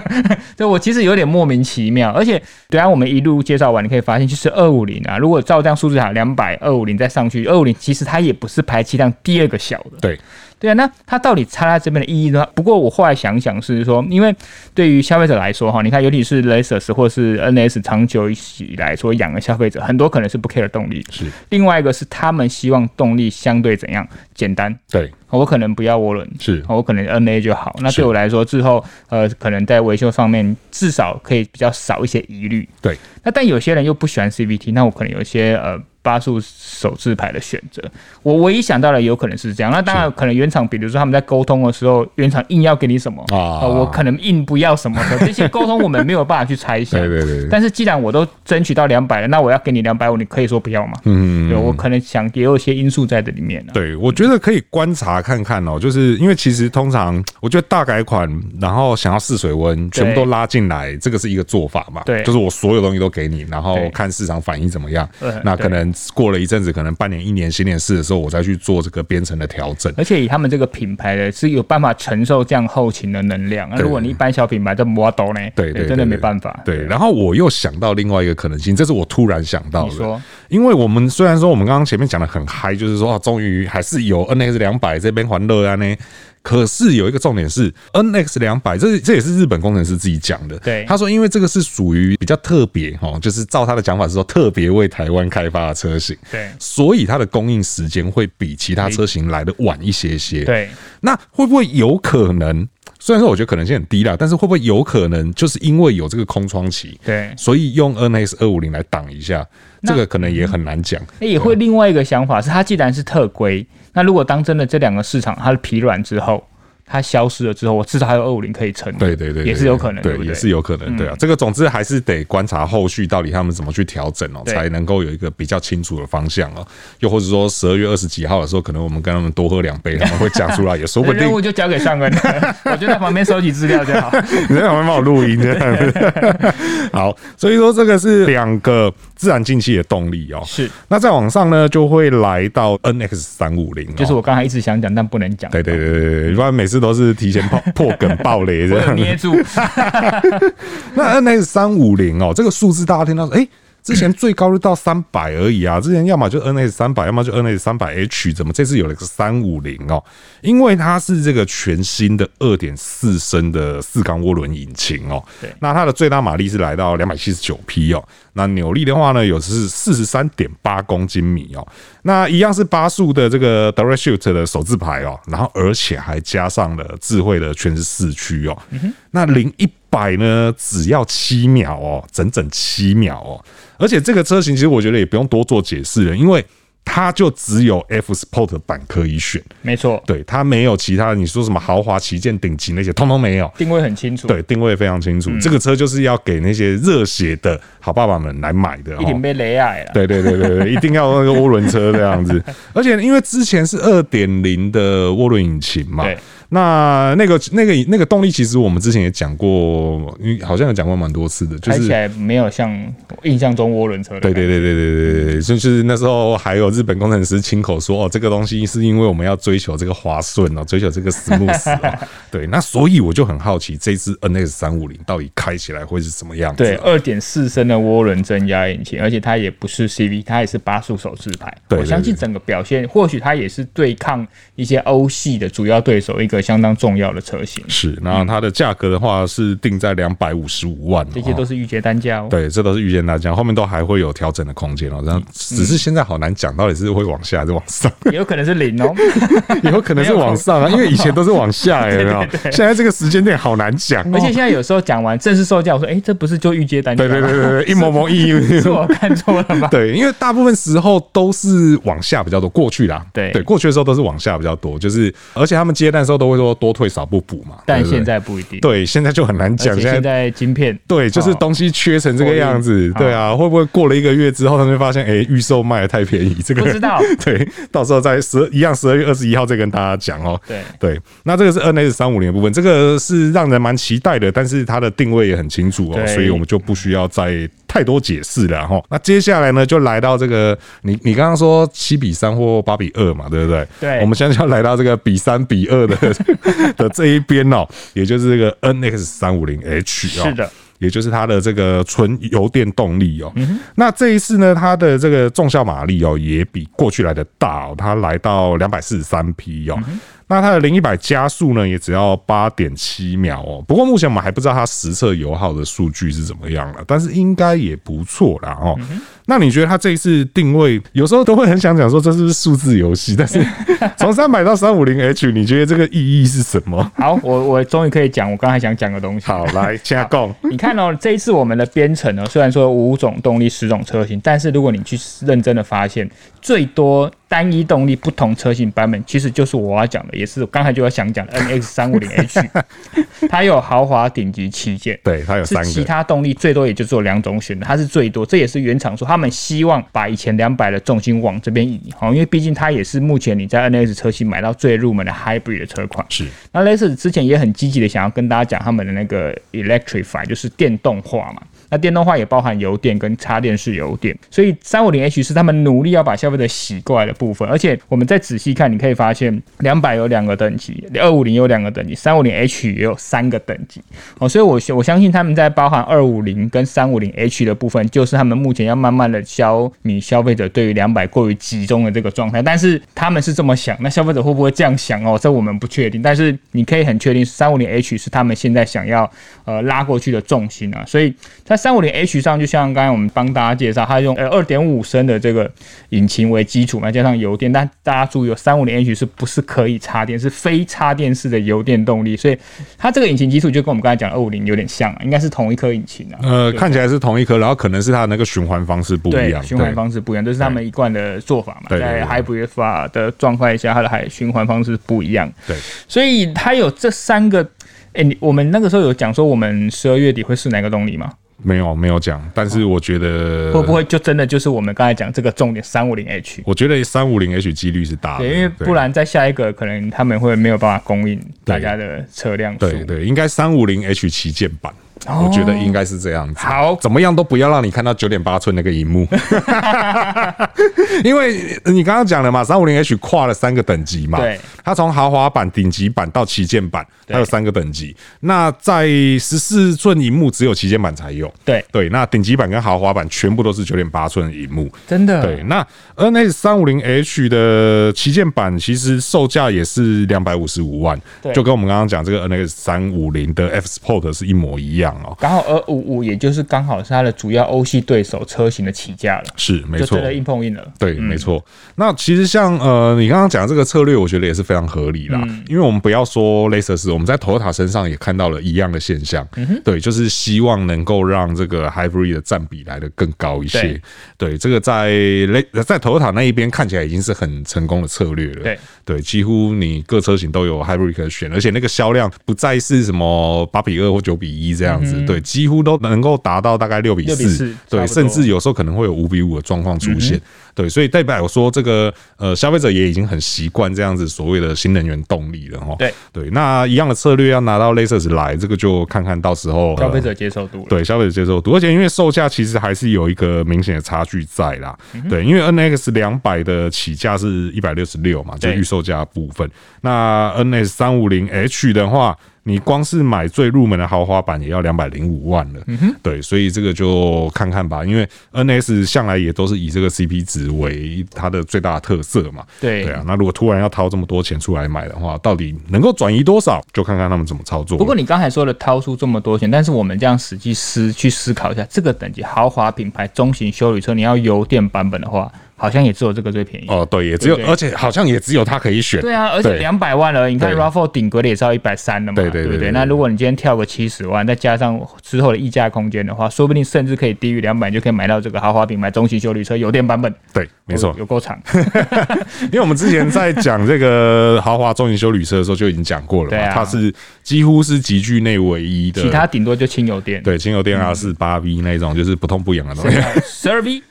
Speaker 2: 对我其实有点莫名其妙，而且等下我们一路介绍完，你可以发现，其实二五零啊，如果照这样数字哈，两百二五零再上去，二五零其实它也不是排气量第二个小的。
Speaker 1: 对
Speaker 2: 对啊，那它到底插在这边的意义呢？不过我后来想想是说，因为对于消费者来说哈，你看，尤其是 Lexus 或是 NS 长久以来所养的消费者，很多可能是不 care 动力，
Speaker 1: 是，
Speaker 2: 另外一个是他们希望动力相对怎样简单，
Speaker 1: 对
Speaker 2: 我可能不要涡轮，
Speaker 1: 是，
Speaker 2: 哦我可能 NA 就好。那
Speaker 1: 是
Speaker 2: 对我来说，之后呃，可能在维修方面至少可以比较少一些疑虑。
Speaker 1: 对
Speaker 2: 那但有些人又不喜欢 CVT，那我可能有一些呃八速手自排的选择。我唯一想到的有可能是这样。那当然，可能原厂比如说他们在沟通的时候，原厂硬要给你什么
Speaker 1: 啊
Speaker 2: 呃我可能硬不要什么 的，这些沟通我们没有办法去猜想。
Speaker 1: 对对对对，
Speaker 2: 但是既然我都争取到两百了，那我要给你两百五，你可以说不要嘛？
Speaker 1: 嗯
Speaker 2: 对，我可能想也有一些因素在这里面、啊。
Speaker 1: 对，我觉得可以观察看看哦，就是因为其实通常我觉得大改款，然后想要试水温，全部都拉进来，这个是一个做法嘛。
Speaker 2: 对
Speaker 1: 就是我所有东西都给你，然后
Speaker 2: 对
Speaker 1: 看市场反应怎么样
Speaker 2: 呃。
Speaker 1: 那可
Speaker 2: 对
Speaker 1: 能过了一阵子，可能半年、一年、新年试的时候，我再去做这个编程的调整。
Speaker 2: 而且以他们这个品牌的是有办法承受这样后勤的能量。那
Speaker 1: 对
Speaker 2: 如果你一般小品牌在磨刀呢，
Speaker 1: 对对对
Speaker 2: 哎真的没办法。
Speaker 1: 对，然后我又想到另外一个可能性，这是我突然想到
Speaker 2: 你
Speaker 1: 的
Speaker 2: 说。
Speaker 1: 因为我们虽然说我们刚刚前面讲的很嗨，就是说啊，终于还是有 NX 两百这边还乐啊呢。可是有一个重点是 NX 两百，这这也是日本工程师自己讲的。
Speaker 2: 对
Speaker 1: 他说因为这个是属于比较特别哦，就是照他的讲法是说特别为台湾开发的车型，
Speaker 2: 对
Speaker 1: 所以它的供应时间会比其他车型来的晚一些些。
Speaker 2: 对，
Speaker 1: 那会不会有可能？虽然说我觉得可能性很低啦，但是会不会有可能，就是因为有这个空窗期，
Speaker 2: 对
Speaker 1: 所以用 NS 二五零来挡一下，
Speaker 2: 那嗯
Speaker 1: 这个可能也很难讲。
Speaker 2: 那也会另外一个想法是，它既然是特规，那如果当真的这两个市场它疲软之后，它消失了之后，我至少还有二五零可以撑的。
Speaker 1: 对对对，对
Speaker 2: 也是有可能，
Speaker 1: 对
Speaker 2: 不嗯
Speaker 1: 也是有可能，对啊。这个总之还是得观察后续到底他们怎么去调整哦，
Speaker 2: 对
Speaker 1: 才能够有一个比较清楚的方向哦。又或者说十二月二十几号的时候，可能我们跟他们多喝两杯，他们会讲出来，也说不定
Speaker 2: 任。务就交给上恩 了，我就在旁边收集资料就好。
Speaker 1: 你在旁边帮我录音 这样 子。好，所以说这个是两个自然进气的动力哦。
Speaker 2: 是，
Speaker 1: 那再往上呢，就会来到 NX 三五零，哦
Speaker 2: 就是我刚才一直想讲但不能讲，
Speaker 1: 对对对对对，不然每次都是提 前爆破梗爆雷这
Speaker 2: 我有
Speaker 1: 样。
Speaker 2: 捏 住。
Speaker 1: 那 NX 三五零哦，这个数字大家听到说，哎、之前最高就到三百而已啊，之前要么就 NS 三百，要么就 NS 三百 H，怎么这次有了个三五零哦？因为它是这个全新的二点四升的四缸涡轮引擎哦
Speaker 2: 对，
Speaker 1: 那它的最大马力是来到两百七十九匹哦，那扭力的话呢，有是四十三点八公斤米哦，那一样是八速的这个 Direct Shoot 的手自排哦，然后而且还加上了智慧的全时四驱哦，那零一百呢，只要七秒哦，整整七秒哦。而且这个车型其实我觉得也不用多做解释了，因为它就只有 F Sport 版可以选，
Speaker 2: 没错，
Speaker 1: 对，它没有其他的。你说什么豪华旗舰、顶级那些，通通没有。
Speaker 2: 定位很清楚，
Speaker 1: 对，定位非常清楚，
Speaker 2: 嗯
Speaker 1: 这个车就是要给那些热血的好爸爸们来买的、哦，
Speaker 2: 一点被雷矮了。
Speaker 1: 对对对对对，一定要那个涡轮车这样子。而且因为之前是二点零的涡轮引擎嘛
Speaker 2: 对，
Speaker 1: 那那个那个那个动力，其实我们之前也讲过，因为好像有讲过蛮多次的，就
Speaker 2: 开
Speaker 1: 是
Speaker 2: 起。来没有像我印象中涡轮车的
Speaker 1: 对
Speaker 2: 感觉，
Speaker 1: 对对对对对对对，就是那时候还有日本工程师亲口说哦，这个东西是因为我们要追求这个滑顺哦，追求这个 smooth 哦，对，那所以我就很好奇这支 NX 三五零到底开起来会是什么样子哦、
Speaker 2: 对，二点四升的涡轮增压引擎，而且它也不是 CV，它也是八速手自排。
Speaker 1: 对对
Speaker 2: 我相信整个表现，或许它也是对抗一些欧系的主要对手一个相当重要的车型。
Speaker 1: 是，那它的价格的话是定在两百五十五万、哦，
Speaker 2: 这些都是预结单价哦。
Speaker 1: 对，这都是预见大家，后面都还会有调整的空间哦。然后
Speaker 2: 嗯
Speaker 1: 只是现在好难讲，到底是会往下还是往 上，
Speaker 2: 也有可能是零 哦。
Speaker 1: 以后可能是往上啊，因为以前都是往下， 有没有？现在这个时间点好难讲哦。
Speaker 2: 而且现在有时候讲完正式售价，我说：“哎、这不是就预接单价
Speaker 1: 对
Speaker 2: 吗？”
Speaker 1: 对对对对，一模模一模 一？
Speaker 2: 是我看错了吗
Speaker 1: 对，因为大部分时候都是往下比较多，过去啦，
Speaker 2: 对
Speaker 1: 对，过去的时候都是往下比较多，就是而且他们接单的时候都会说多退少不补嘛，
Speaker 2: 但
Speaker 1: 对不对
Speaker 2: 现在不一定。，
Speaker 1: 对现在就很难
Speaker 2: 而
Speaker 1: 讲，
Speaker 2: 且
Speaker 1: 现
Speaker 2: 现
Speaker 1: 在。
Speaker 2: 在晶片
Speaker 1: 对，就是
Speaker 2: 哦
Speaker 1: 东西缺成这个样子，
Speaker 2: 过硬哦
Speaker 1: 对啊，会不会过了一个月之后，他们就发现，哎、预售卖的太便宜，这个
Speaker 2: 不知道
Speaker 1: 对，到时候在十一样十二月二十一号再跟大家讲哦。
Speaker 2: 对
Speaker 1: 对，那这个是 NS 三五零的部分，这个是让人蛮期待的，但是它的定位也很清楚哦，
Speaker 2: 对
Speaker 1: 所以我们就不需要再太多解释了哈。那接下来呢，就来到这个你你刚刚说七比三或八比二嘛，对不对？
Speaker 2: 对
Speaker 1: 我们现在就要来到这个比三比二的 的这一边哦，也就是这个 NX 三五零 H 哦。
Speaker 2: 是的。嗯
Speaker 1: 也就是它的这个纯油电动力哦。那这一次呢，它的这个重效马力哦，也比过去来的大哦，它来到两百四十三匹
Speaker 2: 嗯
Speaker 1: 哦。那它的零一百加速呢，也只要八点七秒哦。不过目前我们还不知道它实测油耗的数据是怎么样了，但是应该也不错啦哦。
Speaker 2: 嗯
Speaker 1: 那你觉得它这一次定位，有时候都会很想讲说这是不是数字游戏？但 是从三百到三五零 H，你觉得这个意义是什么？
Speaker 2: 好，我我终于可以讲我刚才想讲的东西。
Speaker 1: 好，来，现在讲。
Speaker 2: 你看哦，这一次我们的编程哦呢，虽然说五种动力、十种车型，但是如果你去认真的发现，最多单一动力不同车型版本，其实就是我要讲的，也是我刚才就要想讲的 NX 三五零 H，它有豪华顶级旗舰，
Speaker 1: 对，它有
Speaker 2: 是
Speaker 1: 三个，
Speaker 2: 其他动力最多也就只有两种选的，它是最多，这也是原厂说他们希望把以前两百的重心往这边移，好，因为毕竟它也是目前你在 NS 车型买到最入门的 Hybrid 的车款。
Speaker 1: 是
Speaker 2: 那 Lexus 之前也很积极的想要跟大家讲他们的那个 electrify，就是电动化嘛。那电动化也包含油电跟插电式油电，所以三五零 H 是他们努力要把消费者洗过来的部分。而且我们再仔细看，你可以发现两百有两个等级，二五零有两个等级，三五零 H 也有三个等级。哦，所以我我相信他们在包含二五零跟三五零 H 的部分，就是他们目前要慢慢的消弭消费者对于两百过于集中的这个状态。但是他们是这么想，那消费者会不会这样想哦？这我们不确定。但是你可以很确定，三五零 H 是他们现在想要呃拉过去的重心啊。所以它三五零 H 上，就像刚才我们帮大家介绍，它用呃二点五升的这个引擎为基础嘛，加上油电，但大家注意哦，三五零 H 是不是可以插电？是非插电式的油电动力，所以它这个引擎基础就跟我们刚才讲二五零有点像、啊，应该是同一颗引擎啊。
Speaker 1: 呃，
Speaker 2: 对
Speaker 1: 看起来是同一颗，然后可能是它的那个循环方式不一
Speaker 2: 对
Speaker 1: 样，，
Speaker 2: 循环
Speaker 1: 对
Speaker 2: 方式不一样，这是他们一贯的做法嘛。
Speaker 1: 对对对
Speaker 2: 在 hybrid 法的状况下，它的海循环方式不一样。
Speaker 1: 对，
Speaker 2: 所以它有这三个。哎、你我们那个时候有讲说，我们十二月底会试哪个动力吗？
Speaker 1: 没有没有讲，但是我觉得
Speaker 2: 会不会就真的就是我们刚才讲这个重点三五零 H？
Speaker 1: 我觉得三五零 H 几率是大的，
Speaker 2: 对，因为不然在下一个可能他们会没有办法供应大家的车辆数。
Speaker 1: 对对对，应该三五零 H 旗舰版。
Speaker 2: 哦
Speaker 1: 我觉得应该是这样子，
Speaker 2: 好
Speaker 1: 怎么样都不要让你看到九点八寸那个荧幕， 因为你刚刚讲了嘛，三五零 H 跨了三个等级嘛，
Speaker 2: 对，
Speaker 1: 它从豪华版、顶级版到旗舰版，它有三个等级。那在十四寸荧幕只有旗舰版才有，
Speaker 2: 对
Speaker 1: 对，那顶级版跟豪华版全部都是九点八寸荧幕，
Speaker 2: 真的
Speaker 1: 对，那 N S 三五零 H 的旗舰版其实售价也是两百五十五万
Speaker 2: 对，
Speaker 1: 就跟我们刚刚讲这个 N S 三五零的 F Sport 是一模一样哦。
Speaker 2: 刚好二五五，也就是刚好是它的主要欧系对手车型的起价了，
Speaker 1: 是，没
Speaker 2: 就
Speaker 1: 错
Speaker 2: 真，的硬碰硬了。
Speaker 1: 对，没错。那其实像呃，你刚刚讲的这个策略，我觉得也是非常合理啦。因为我们不要说 Lexus，我们在 Toyota 身上也看到了一样的现象。对，就是希望能够让这个 Hybrid 的占比来得更高一些。
Speaker 2: 对
Speaker 1: 对，这个在 Le 在 Toyota 那一边看起来已经是很成功的策略了。
Speaker 2: 对
Speaker 1: 几乎你各车型都有 Hybrid 可选，而且那个销量不再是什么八比二或九比一这样子，对，几乎都能够达到大概六比
Speaker 2: 6比4
Speaker 1: 四，
Speaker 2: 差
Speaker 1: 对，
Speaker 2: 不多嗯
Speaker 1: 甚至有时候可能会有五比五的状况出现。对，所以代表说这个呃，消费者也已经很习惯这样子所谓的新能源动力了哈。
Speaker 2: 对
Speaker 1: 对，那一样的策略要拿到 Lexus 来，这个就看看到时候
Speaker 2: 消费。
Speaker 1: 呃
Speaker 2: 者接受度了。
Speaker 1: 对消费者接受度，而且因为售价其实还是有一个明显的差距在啦。
Speaker 2: 嗯
Speaker 1: 对，因为 NX 两百的起价是一百六十六嘛，就
Speaker 2: 对
Speaker 1: 预售价的部分。那 NS 三五零 H 的话，你光是买最入门的豪华版也要两百零五万了。
Speaker 2: 嗯
Speaker 1: 对，所以这个就看看吧，因为 NS 向来也都是以这个 CP 值为它的最大的特色嘛。
Speaker 2: 对
Speaker 1: 对啊，那如果突然要掏这么多钱出来买的话，到底能够转移多少，就看看他们怎么操作了。
Speaker 2: 不过你刚才说的掏出这么多钱，但是我们这样实际思去思考一下，这个等级豪华品牌中型修理车，你要油电版本的话，好像也只有这个最便宜。
Speaker 1: 哦，对，也只有
Speaker 2: 对，不对
Speaker 1: 而且好像也只有它可以选。
Speaker 2: 对啊，而且
Speaker 1: 对
Speaker 2: 两百万了，你看
Speaker 1: 对
Speaker 2: RAV4 顶规的也是要一百三的嘛，
Speaker 1: 对对
Speaker 2: 对
Speaker 1: 对
Speaker 2: 不
Speaker 1: 对对
Speaker 2: 那如果你今天跳个七十万，再加上之后的溢价空间的话，说不定甚至可以低于两百，就可以买到这个豪华品牌中型修理车油电版本。
Speaker 1: 对，没错
Speaker 2: 有，有够 长。
Speaker 1: 因为我们之前在讲这个豪华中型修旅车的时候就已经讲过了
Speaker 2: 对
Speaker 1: 嘛，
Speaker 2: 啊
Speaker 1: 它是几乎是集聚内唯一的。
Speaker 2: 其他顶多就轻油电。
Speaker 1: 对，轻油电 R 啊四八 V 那种就是不痛不痒的东西。
Speaker 2: s e r v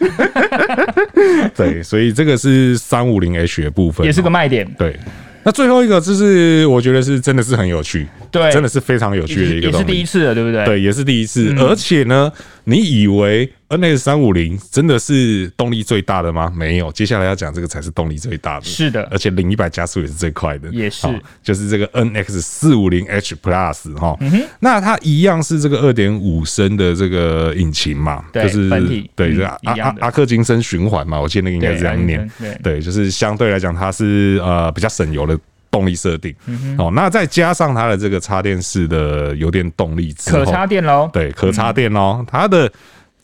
Speaker 1: 对，所以这个是三五零 H 的部分，哦
Speaker 2: 也是个卖点，
Speaker 1: 对。那最后一个就是我觉得是真的是很有趣，
Speaker 2: 对
Speaker 1: 真的是非常有趣的一个
Speaker 2: 也也
Speaker 1: 东
Speaker 2: 是
Speaker 1: 西。
Speaker 2: 第一次了，对不对？嗯
Speaker 1: 对，也是第一次。而且呢，你以为 NS 三五零真的是动力最大的吗？没有，接下来要讲这个才是动力最大的。
Speaker 2: 是的
Speaker 1: 而且零一百加速也是最快的，
Speaker 2: 也是
Speaker 1: 好就是这个 NX 四五零 H Plus 哈。
Speaker 2: 嗯
Speaker 1: 那它一样是这个二点五升的这个呃引擎嘛，
Speaker 2: 对
Speaker 1: 就是
Speaker 2: 本体
Speaker 1: 对，
Speaker 2: 嗯
Speaker 1: 这阿
Speaker 2: 一
Speaker 1: 阿
Speaker 2: 样的
Speaker 1: 阿克金森循环嘛，我记得那个应该
Speaker 2: 对
Speaker 1: 是这样
Speaker 2: 阿
Speaker 1: 念
Speaker 2: 克金森，
Speaker 1: 对，就是相对来讲它是呃比较省油的。动力设定、
Speaker 2: 嗯
Speaker 1: 哦，那再加上它的这个插电式的油电动力之后，
Speaker 2: 可插电喽。
Speaker 1: 对，可插电哦，它的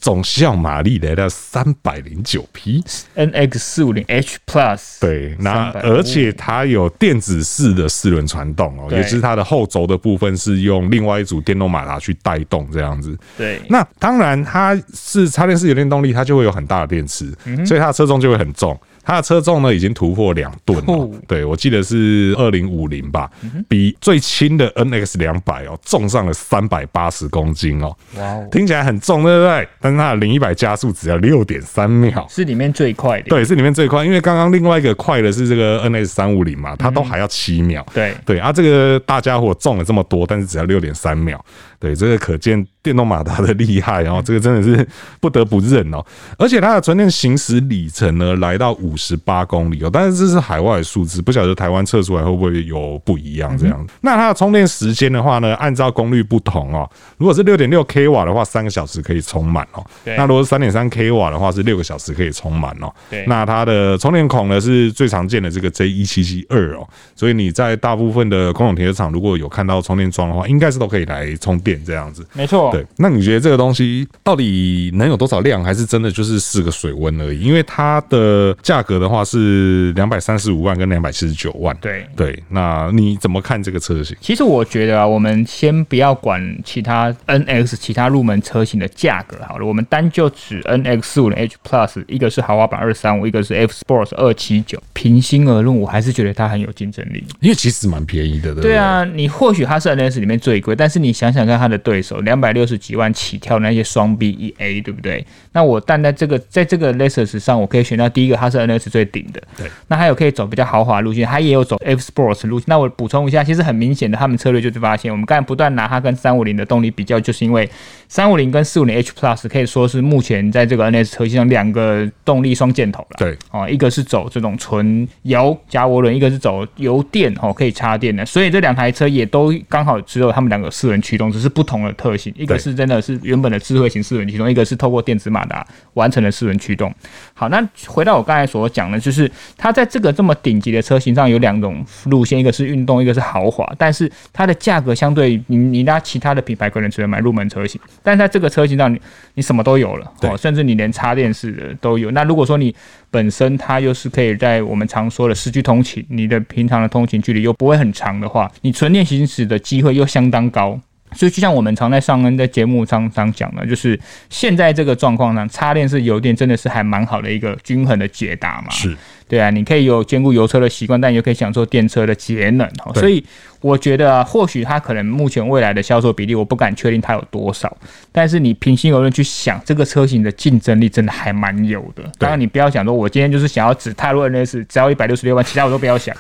Speaker 1: 总效马力来到三百零九匹，
Speaker 2: 嗯 NX 四五零 H Plus，
Speaker 1: 对，那
Speaker 2: 350
Speaker 1: 而且它有电子式的四轮传动哦，
Speaker 2: 对
Speaker 1: 也就是它的后轴的部分是用另外一组电动马达去带动这样子。
Speaker 2: 对
Speaker 1: 那当然，它是插电式有电动力，它就会有很大的电池，
Speaker 2: 嗯
Speaker 1: 所以它的车重就会很重。它的车重呢已经突破两吨了
Speaker 2: 哦，嗯
Speaker 1: 对我记得是二零五零吧，比最轻的 NX 两百哦重上了三百八十公斤哦，
Speaker 2: 哇哦，
Speaker 1: 听起来很重，对不对？但是它的零一百加速只要六点三秒。
Speaker 2: 是里面最快的。
Speaker 1: 对，是里面最快，因为刚刚另外一个快的是这个 NS 三五零嘛，它都还要七秒。
Speaker 2: 对
Speaker 1: 对啊，这个大家伙中了这么多，但是只要六点三秒，对，这个可见电动马达的厉害哦，这个真的是不得不认哦。而且它的纯电行驶里程呢，来到五十八公里哦，但是这是海外的数字，不晓得台湾测出来会不会有不一样这样。那它的充电时间的话呢，按照功率不同哦，如果是六点六 k 瓦的话，三个小时可以充满哦。
Speaker 2: 对
Speaker 1: 那如果是三点三 k 瓦的话，是六个小时可以充满哦。
Speaker 2: 对
Speaker 1: 那它的充电孔呢是最常见的这个 J 一七七二哦，所以你在大部分的空桶停车场如果有看到充电桩的话，应该是都可以来充电这样子。
Speaker 2: 没错，
Speaker 1: 对，那你觉得这个东西到底能有多少量，还是真的就是四个水温而已？因为它的价格的话是两百三十五万跟两百七十九万。
Speaker 2: 对
Speaker 1: 对，那你怎么看这个车型？
Speaker 2: 其实我觉得啊，我们先不要管其他 NX 其他入门车型的价格好了，我们单就指 NX 四五零 H Plus，一个是豪华版二三五，一个是 F Sports 二七九。平心而论，我还是觉得它很有竞争力。
Speaker 1: 因为其实蛮便宜的，对不对？
Speaker 2: 对，啊，你或许它是 NS 里面最贵，但是你想想看它的对手，两百六十几万起跳的那些双 B 一 A，对不对？那我站在这个在这个 Lexus 上，我可以选到第一个，它是 NS 最顶的，
Speaker 1: 对。
Speaker 2: 那还有可以走比较豪华路线，它也有走 F Sports 路线。那我补充一下，其实很明显的，他们策略就是发现，我们刚才不断拿它跟三五零的动力比较，就是因为三五零跟四五零 H Plus 可以说是目前在这个 NS 车型上两个动力双箭头了。
Speaker 1: 对，
Speaker 2: 哦，一个是走这种纯油加涡轮，一个是走油电哦，可以插电的，所以这两台车也都刚好只有他们两个四轮驱动，只是不同的特性，一个
Speaker 1: 对
Speaker 2: 是真的是原本的智慧型四轮驱动，一个是透过电子马达完成的四轮驱动。好，那回到我刚才所讲的，就是它在这个这么顶级的车型上有两种路线，一个是运动，一个是豪华，但是它的价格相对你你拉其他的品牌可能只能买入门车型，但是在这个车型上你你什么都有了，
Speaker 1: 对
Speaker 2: 哦，甚至你连插电式的都有。那如果说你本身它又是可以在我们常说的市区通勤，你的平常的通勤距离又不会很长的话，你纯练行驶的机会又相当高。所以，就像我们常在上恩在节目上常讲的，就是现在这个状况上，插电式油电真的是还蛮好的一个均衡的解答嘛。
Speaker 1: 是
Speaker 2: 对啊，你可以有兼顾油车的习惯，但也可以享受电车的节能哦。
Speaker 1: 对
Speaker 2: 所以我觉得、啊，或许它可能目前未来的销售比例，我不敢确定它有多少，但是你平心而论去想，这个车型的竞争力真的还蛮有的。当然，你不要想说我今天就是想要只踏入 NS，只要一百六十六万，其他我都不 要想。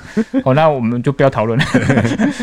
Speaker 2: 哦，那我们就不要讨论。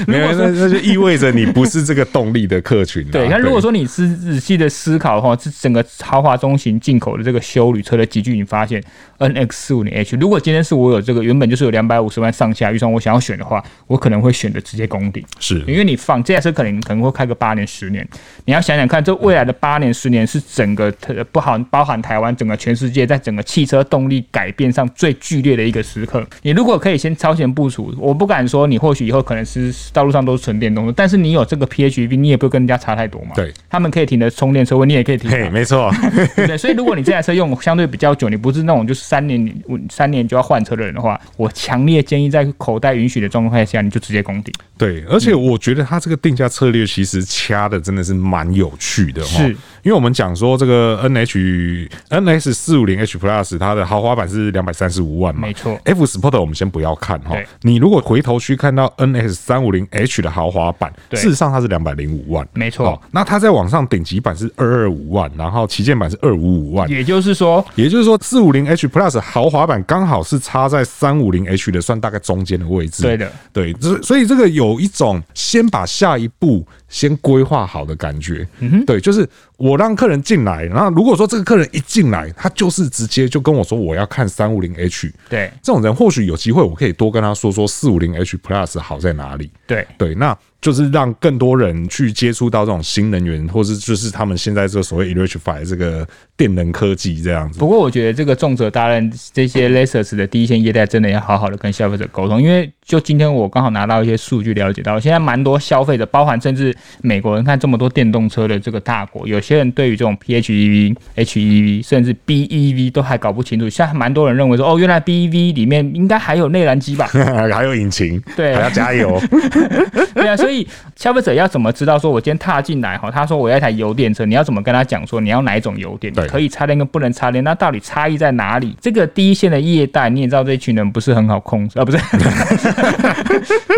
Speaker 1: 没有，那那就意味着你不是这个动力的客群、啊。
Speaker 2: 对，那如果说你是仔细的思考的话，这整个豪华中型进口的这个修旅车的集聚，你发现 NX 四五零 H，如果今天是我有这个原本就是有两百五十万上下预算，我想要选的话，我可能会选择直接攻顶，
Speaker 1: 是
Speaker 2: 因为你放这台车可能可能会开个八年十年，你要想想看，这未来的八年十年是整个特不含包含台湾整个全世界在整个汽车动力改变上最剧烈的一个时刻。你如果可以先超前部署，我不敢说你或许以后可能是道路上都是纯电动的，但是你有这个 PHEV，你也不会跟人家差太多嘛。
Speaker 1: 对，
Speaker 2: 他们可以停的充电车位，你也可以停嘛。
Speaker 1: 嘿，没错，
Speaker 2: 对不对？所以如果你这台车用相对比较久，你不是那种就是三年五三年就要换车的人的话，我强烈建议在口袋允许的状况下，你就直接攻顶。
Speaker 1: 对，而且我觉得它这个定价策略其实掐的真的是蛮有趣的哈
Speaker 2: 是，
Speaker 1: 因为我们讲说这个 N H N S 四五零 H Plus 它的豪华版是两百三十五万嘛，
Speaker 2: 没错
Speaker 1: ，F Sport 我们先不要看哈
Speaker 2: 对，
Speaker 1: 你如果回头去看到 N S 三五零 H 的豪华版，
Speaker 2: 对
Speaker 1: 事实上它是两百零五万，
Speaker 2: 没错
Speaker 1: 哦，那它在网上顶级版是二二五万，然后旗舰版是二五五万。
Speaker 2: 也就是说，
Speaker 1: 也就是说，四五零 H Plus 豪华版刚好是插在三五零 H 的算大概中间的位置。
Speaker 2: 对的，
Speaker 1: 对，这所以这个有一种先把下一步先规划好的感觉。
Speaker 2: 嗯
Speaker 1: 对，就是我让客人进来，然后如果说这个客人一进来，他就是直接就跟我说我要看三五零 H，
Speaker 2: 对
Speaker 1: 这种人或许有机会，我可以多跟他说说四五零 H Plus 好在哪里。
Speaker 2: 对。
Speaker 1: 对，那就是让更多人去接触到这种新能源，或是就是他们现在这个所谓 electrify 这个电能科技这样子。
Speaker 2: 不过我觉得这个重责大任，这些 Lexus 的第一线业代真的要好好的跟消费者沟通，因为就今天我刚好拿到一些数据了解到，现在蛮多消费者，包含甚至美国人看这么多电动车的这个大国，有些人对于这种 E PHEV、HEV 甚至 BEV 都还搞不清楚，现在蛮多人认为说，哦，原来 BEV 里面应该还有内燃机吧？
Speaker 1: 还有引擎，
Speaker 2: 对
Speaker 1: 还要加油，
Speaker 2: 对啊，所以消费者要怎么知道说，我今天踏进来哈，他说我要一台油电车，你要怎么跟他讲说你要哪一种油电
Speaker 1: 对，
Speaker 2: 可以插电跟不能插电，那到底差异在哪里？这个第一线的业代，你也知道这群人不是很好 控制啊，不是，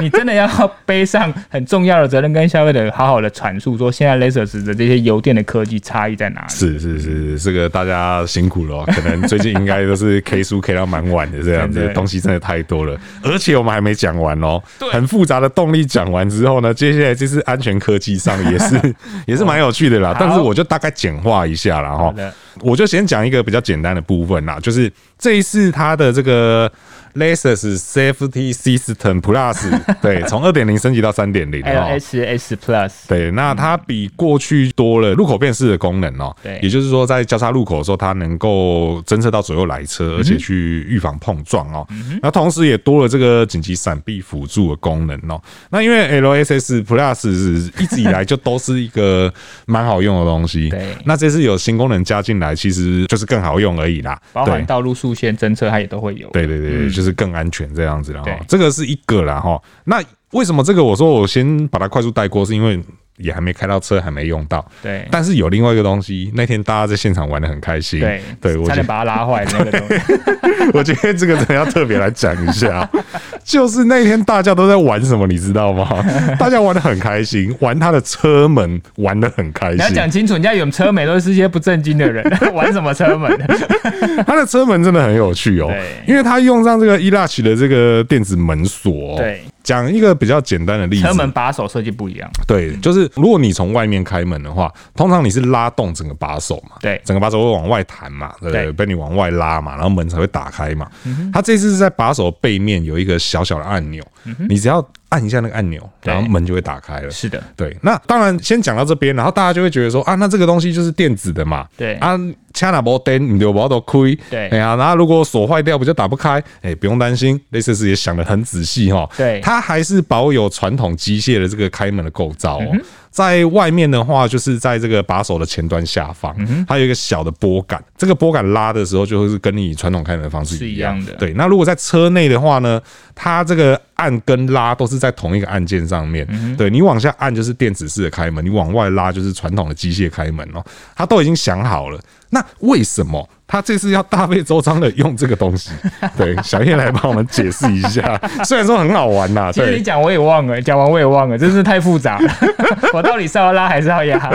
Speaker 2: 你真的要背上很重要的责任，跟消费者好好的阐述说，现在 Lasers 的这些油电的科技差异在哪里。
Speaker 1: 是是是，这个大家辛苦 了哦、可能最近应该都是 K 书 K 到蛮晚的这样
Speaker 2: 真
Speaker 1: 子，
Speaker 2: 的
Speaker 1: 东西真的太多了，而且我们还没讲完哦，很复杂的动力讲完之后呢，接下来就是安全科技上也 是也是蛮有趣的啦，但是我就大概简化一下啦哈
Speaker 2: 好的，
Speaker 1: 我就先讲一个比较简单的部分啦，就是这一次它的这个。Lexus Safety System Plus，对，从二点零升级到三点零，哦
Speaker 2: LSS Plus
Speaker 1: 对，那它比过去多了路口辨识的功能哦。
Speaker 2: 对
Speaker 1: 也就是说在交叉路口的时候，它能够侦测到左右来车，而
Speaker 2: 嗯
Speaker 1: 且去预防碰撞哦。那同时也多了这个紧急闪避辅助的功能哦。那因为 LSS Plus 是一直以来就都是一个蛮好用的东西。
Speaker 2: 对
Speaker 1: 那这次有新功能加进来，其实就是更好用而已啦。
Speaker 2: 包
Speaker 1: 对
Speaker 2: 含道路速线侦测，它也都会有。
Speaker 1: 对对对，对就是更安全这样子啦。
Speaker 2: 嗯对
Speaker 1: 哈，这个是一个啦哈。那为什么这个我说我先把它快速带过，是因为也还没开到车，还没用到。
Speaker 2: 对
Speaker 1: 但是有另外一个东西，那天大家在现场玩的很开心。
Speaker 2: 对
Speaker 1: 对我
Speaker 2: 差
Speaker 1: 觉
Speaker 2: 点
Speaker 1: 得
Speaker 2: 把它拉坏的那个东西。
Speaker 1: 我觉得这个真的要特别来讲一下，就是那天大家都在玩什么，你知道 吗？大家玩的很开心，玩他的车门玩的很开
Speaker 2: 你要
Speaker 1: 心。
Speaker 2: 讲清楚，人家有车门都是一些不正经的人， 玩什么车门？
Speaker 1: 它的车门真的很有趣哦
Speaker 2: 对，
Speaker 1: 因为它用上这个 e l a c h 的这个电子门锁、哦。
Speaker 2: 对，
Speaker 1: 讲一个比较简单的例子，
Speaker 2: 车门把手设计不一样。
Speaker 1: 对，就是如果你从外面开门的话，通常你是拉动整个把手嘛，
Speaker 2: 对
Speaker 1: 整个把手会往外弹嘛，对不对？
Speaker 2: 对嗯
Speaker 1: 被你往外拉嘛，然后门才会打开嘛。它这次是在把手背面有一个小小的按钮，你只要按一下那个按钮，
Speaker 2: 嗯对
Speaker 1: 然后门就会打开了。
Speaker 2: 是的，
Speaker 1: 对，那当然先讲到这边，然后大家就会觉得说啊，那这个东西就是电子的嘛，
Speaker 2: 对
Speaker 1: 啊，掐哪包灯，你就不要都亏，
Speaker 2: 对
Speaker 1: 哎呀，然后如果锁坏掉，不就打不开？哎，不用担心，类似是也想得很仔细哈，
Speaker 2: 对
Speaker 1: 它还是保有传统机械的这个开门的构造
Speaker 2: 嗯
Speaker 1: 哦。在外面的话，就是在这个把手的前端下方，
Speaker 2: 嗯
Speaker 1: 它有一个小的拨杆，这个拨杆拉的时候，就会是跟你传统开门的方式
Speaker 2: 是
Speaker 1: 一
Speaker 2: 一
Speaker 1: 样
Speaker 2: 样的
Speaker 1: 对，那如果在车内的话呢，它这个按跟拉都是在同一个按键上面。对你往下按就是电子式的开门，你往外拉就是传统的机械开门哦。它都已经想好了，那为什么他这次要大费周章的用这个东西？对，小叶来帮我们解释一下。虽然说很好玩呐、
Speaker 2: 其实你
Speaker 1: 啊对。
Speaker 2: 讲我也忘了，讲完我也忘了，真是太复杂了。我到底是要拉还是要压？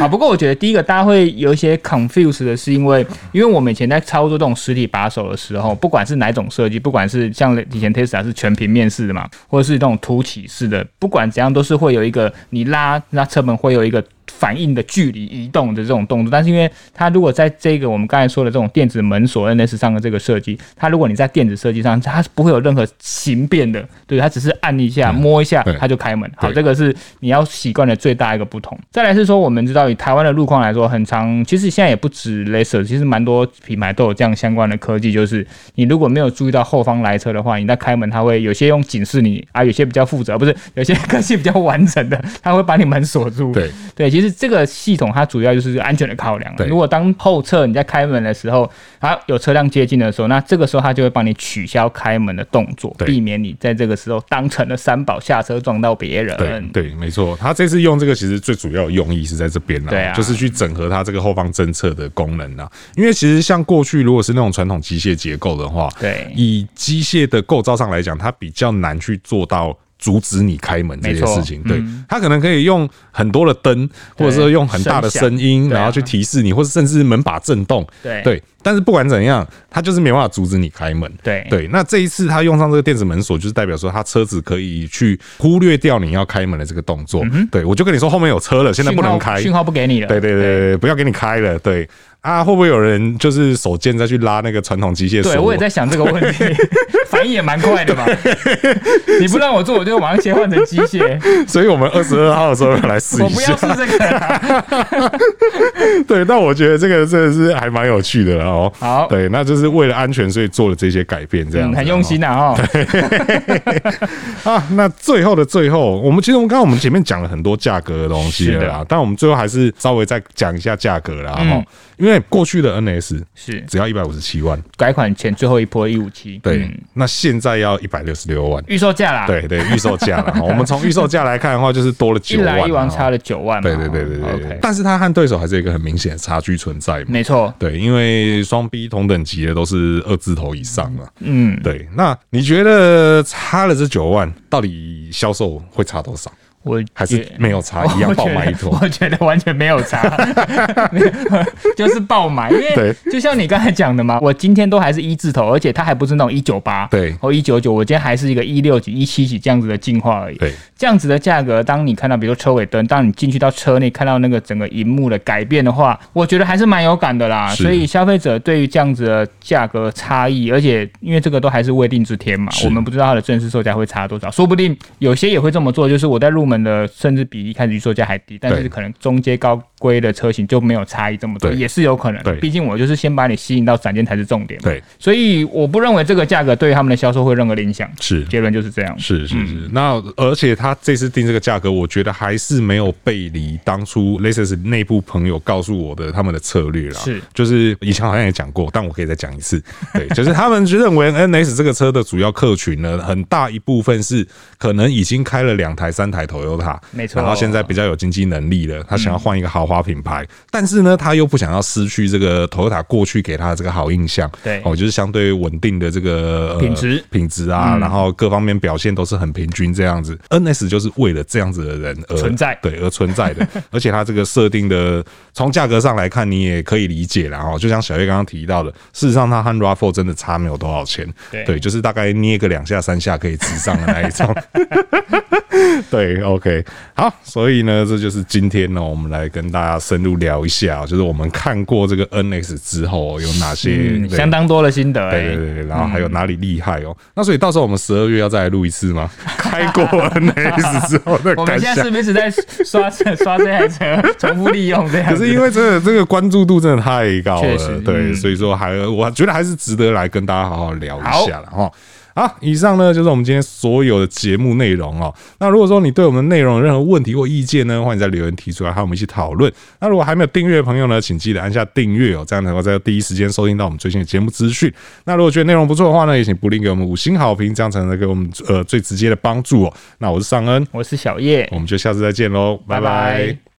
Speaker 2: 啊，不过我觉得第一个大家会有一些 confuse 的是，因为因为我们以前在操作这种实体把手的时候，不管是哪种设计，不管是像以前 Tesla 是全平面式的嘛，或者是那种凸起式的，不管怎样都是会有一个你拉那车门会有一个。反应的距离移动的这种动作，但是因为它如果在这个我们刚才说的这种电子门锁 NS 上的这个设计，它如果你在电子设计上，它是不会有任何形变的，对，它只是按一下、摸一下
Speaker 1: 嗯对，
Speaker 2: 它就开门。好，
Speaker 1: 对
Speaker 2: 这个是你要习惯的最大一个不同。再来是说，我们知道以台湾的路况来说，很长，其实现在也不止 Laser，其实蛮多品牌都有这样相关的科技，就是你如果没有注意到后方来车的话，你在开门，它会有些用警示你啊，有些比较负责，不是有些科技比较完整的，它会把你门锁住。
Speaker 1: 对
Speaker 2: 对，其实这个系统它主要就是安全的考量啊
Speaker 1: 对。
Speaker 2: 如果当后侧你在开门的时候，啊有车辆接近的时候，那这个时候它就会帮你取消开门的动作，
Speaker 1: 对
Speaker 2: 避免你在这个时候当成了三宝下车撞到别人。
Speaker 1: 对对，没错，他这次用这个其实最主要的用意是在这边啦，
Speaker 2: 对啊
Speaker 1: 就是去整合它这个后方侦测的功能啦。因为其实像过去如果是那种传统机械结构的话，
Speaker 2: 对
Speaker 1: 以机械的构造上来讲，它比较难去做到。阻止你开门这件事情，
Speaker 2: 没错嗯
Speaker 1: 对它可能可以用很多的灯，或
Speaker 2: 对
Speaker 1: 者说用很大的
Speaker 2: 声响
Speaker 1: 声音，
Speaker 2: 对啊
Speaker 1: 然后去提示你，或者甚至门把震动，
Speaker 2: 对
Speaker 1: 对。但是不管怎样，它就是没办法阻止你开门，
Speaker 2: 对
Speaker 1: 对，那这一次他用上这个电子门锁，就是代表说他车子可以去忽略掉你要开门的这个动作。对我就跟你说后面有车了，现在不能开。
Speaker 2: 嗯讯号不给你了。
Speaker 1: 对对对对，对不要给你开了。对啊，会不会有人就是手贱再去拉那个传统机械锁？
Speaker 2: 对，我也在想这个问 题，反应也蛮快的嘛。你不让我做，我就马上切换成机械。
Speaker 1: 所以我们二十二号的时候要来试
Speaker 2: 我
Speaker 1: 一
Speaker 2: 不要
Speaker 1: 下。
Speaker 2: 是 这个啦。
Speaker 1: 对，但我觉得这个真的是还蛮有趣的啦哦。
Speaker 2: 好
Speaker 1: 对，那就是为了安全，所以做了这些改变，这样
Speaker 2: 嗯
Speaker 1: 子、
Speaker 2: 很用心啊，哦，
Speaker 1: 啊，那最后的最后，我们其实我们刚刚我们前面讲了很多价格的东西了
Speaker 2: 是
Speaker 1: 啦
Speaker 2: 的，
Speaker 1: 但我们最后还是稍微再讲一下价格啦，哈、
Speaker 2: 嗯
Speaker 1: 因为过去的 NS
Speaker 2: 是
Speaker 1: 只要一百五十七万，
Speaker 2: 改款前最后一波一五七，
Speaker 1: 对，
Speaker 2: 嗯
Speaker 1: 那现在要一百六十六万，
Speaker 2: 预售价啦，，
Speaker 1: 对对，预售价 了，哈我们从预售价来看的话，就是多了
Speaker 2: 一
Speaker 1: 九万
Speaker 2: 来
Speaker 1: 啦，
Speaker 2: 一往
Speaker 1: 哈
Speaker 2: 差了九万嘛，
Speaker 1: 对对对对对对
Speaker 2: OK
Speaker 1: 但是它和对手还是有一个很明显的差距存在嘛，
Speaker 2: 没错，
Speaker 1: 对，因为双 B 同等级的都是二字头以上嘛，
Speaker 2: 嗯，
Speaker 1: 对，那你觉得差了这九万，到底销售会差多少？
Speaker 2: 我
Speaker 1: 还是
Speaker 2: 觉
Speaker 1: 没有差，
Speaker 2: 哦我
Speaker 1: 一样爆
Speaker 2: 觉
Speaker 1: 买一
Speaker 2: 得
Speaker 1: 坨。
Speaker 2: 我觉得完全没 有差，没有就是爆买，因为就像你刚才讲的嘛，我今天都还是一字头，而且它还不是那种一九八，哦
Speaker 1: 对
Speaker 2: 或一九九，我今天还是一个一六几、一七几这样子的进化而已。
Speaker 1: 对，
Speaker 2: 这样子的价格，当你看到比如说车尾灯，当你进去到车内看到那个整个荧幕的改变的话，我觉得还是蛮有感的啦。
Speaker 1: 是
Speaker 2: 所以消费者对于这样子的价格差异，而且因为这个都还是未定之天嘛，
Speaker 1: 是
Speaker 2: 我们不知道它的正式售价会差多少，说不定有些也会这么做，就是我在入门的甚至比一开始预售价还低，但是
Speaker 1: 对
Speaker 2: 可能中阶高规的车型就没有差异这么多，
Speaker 1: 对
Speaker 2: 也是有可能的。
Speaker 1: 对
Speaker 2: 毕竟我就是先把你吸引到展间才是重点嘛。
Speaker 1: 对，
Speaker 2: 所以我不认为这个价格对于他们的销售会有任何的影响。
Speaker 1: 是
Speaker 2: 结论就是这样。嗯
Speaker 1: 是是是，那而且他这次定这个价格，我觉得还是没有背离当初 Lexus 内部朋友告诉我的他们的策略啦。
Speaker 2: 是
Speaker 1: 就是以前好像也讲过，但我可以再讲一次。 对，就是他们就认为 NS 这个车的主要客群呢，很大一部分是可能已经开了两台、三台 Toyota，
Speaker 2: 没错
Speaker 1: 然后现在比较有经济能力了，他想要换一个豪华品
Speaker 2: 嗯
Speaker 1: 牌，但是呢，他又不想要失去这个 Toyota 过去给他的这个好印象。
Speaker 2: 对
Speaker 1: 哦，就是相对稳定的这个、呃
Speaker 2: 品质嗯
Speaker 1: 品质啊，然后各方面表现都是很平均这样子。NS 就是为了这样子的人而
Speaker 2: 存在
Speaker 1: 对，而存在 的。而且它这个设定的，从价格上来看，你也可以理解啦。哦，就像小月刚刚提到的，事实上它和 RAV4 真的差没有多少钱，
Speaker 2: 对
Speaker 1: 对，就是大概捏个两下三下可以直上的那一 种。对，OK，好，所以呢，这就是今天呢，我们来跟大家深入聊一下，就是我们看过这个 NX 之后有哪些、
Speaker 2: 嗯，
Speaker 1: 对
Speaker 2: 相当多的心得、
Speaker 1: 对
Speaker 2: 欸。
Speaker 1: 对对，然后还有哪里厉害哦？那所以到时候我们十二月要再来录一次 吗？开过 NS 之后的
Speaker 2: 我
Speaker 1: 感
Speaker 2: 们现在
Speaker 1: 想
Speaker 2: 是。不是在 刷车、刷这台车，重复利用这样
Speaker 1: 可
Speaker 2: 子？
Speaker 1: 是因为这个这个关注度真的太高
Speaker 2: 确实
Speaker 1: 了，对，
Speaker 2: 嗯
Speaker 1: 所以说还我觉得还是值得来跟大家好好聊一下了哈。好，以上呢就是我们今天所有的节目内容哦。那如果说你对我们内容有任何问题或意见呢，欢迎在留言提出来，和我们一起讨论。那如果还没有订阅的朋友呢，请记得按下订阅哦，这样能够在第一时间收听到我们最新的节目资讯。那如果觉得内容不错的话呢，也请不吝给我们五星好评，这样才能给我们呃最直接的帮助哦。那我是尚恩，
Speaker 2: 我是小叶，
Speaker 1: 我们就下次再见喽，拜
Speaker 2: 拜
Speaker 1: 拜
Speaker 2: 拜